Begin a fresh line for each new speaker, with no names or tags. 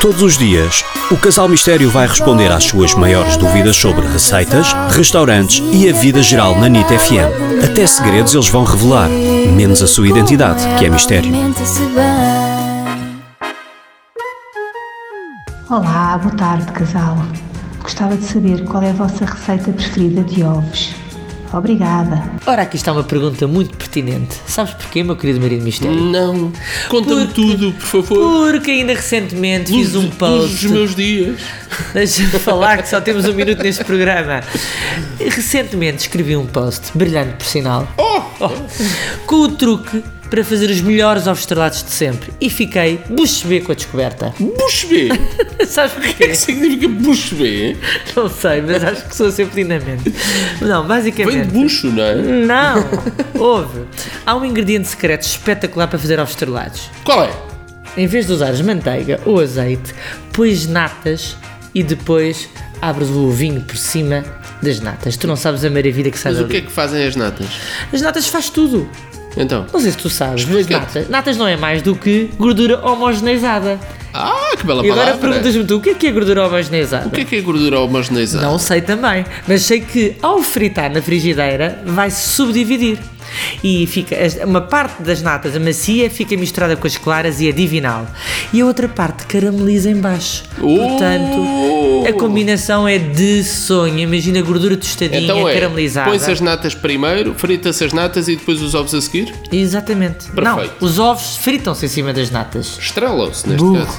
Todos os dias, o Casal Mistério vai responder às suas maiores dúvidas sobre receitas, restaurantes e a vida geral na NIT FM. Até segredos eles vão revelar, menos a sua identidade, que é mistério.
Olá, boa tarde, casal. Gostava de saber qual é a vossa receita preferida de ovos. Obrigada.
Ora, aqui está uma pergunta muito pertinente. Sabes porquê, meu querido marido mistério?
Não. Conta-me
Porque-
tudo, por favor.
Porque ainda recentemente fiz um
Luz- luz
post.
dos meus dias.
Deixa-me falar que só temos um minuto neste programa. Recentemente escrevi um post, brilhante por sinal, oh, com o truque para fazer os melhores ovos estrelados de sempre. E fiquei bucho B com a descoberta.
Bush B.
Sabes
O que
porquê?
significa Bush B?
Não sei, mas acho que sou sempre lindamente. Não,
Vem de
basicamente.
bucho, não é?
Não! Houve. Há um ingrediente secreto espetacular para fazer ovos estrelados.
Qual é?
Em vez de usares manteiga ou azeite, pões natas e depois abres o ovinho por cima das natas. Tu não sabes a maravilha que sai
Mas o que é
dali.
que fazem as natas?
As natas faz tudo.
Então.
Não sei se tu sabes, mas
Explica-te.
natas, natas não é mais do que gordura homogeneizada.
Ah, que bela
E agora
palavra.
perguntas-me tu, o que é que é gordura
O
homogeneizada?
que é que é gordura homogeneizada?
Não sei também, mas sei que ao fritar na frigideira vai se subdividir. E fica as- uma parte das natas, a macia, fica misturada com as claras e a divinal. E a outra parte carameliza em baixo.
Oh! Uh!
Portanto, a combinação é de sonho. Imagina a gordura tostadinha,
Então é,
caramelizada.
põe-se as natas primeiro, frita-se as natas e depois os ovos a seguir?
Exatamente. Não,
Perfeito.
os ovos fritam-se em cima das natas.
Estrelam-se, neste
Burro,
caso.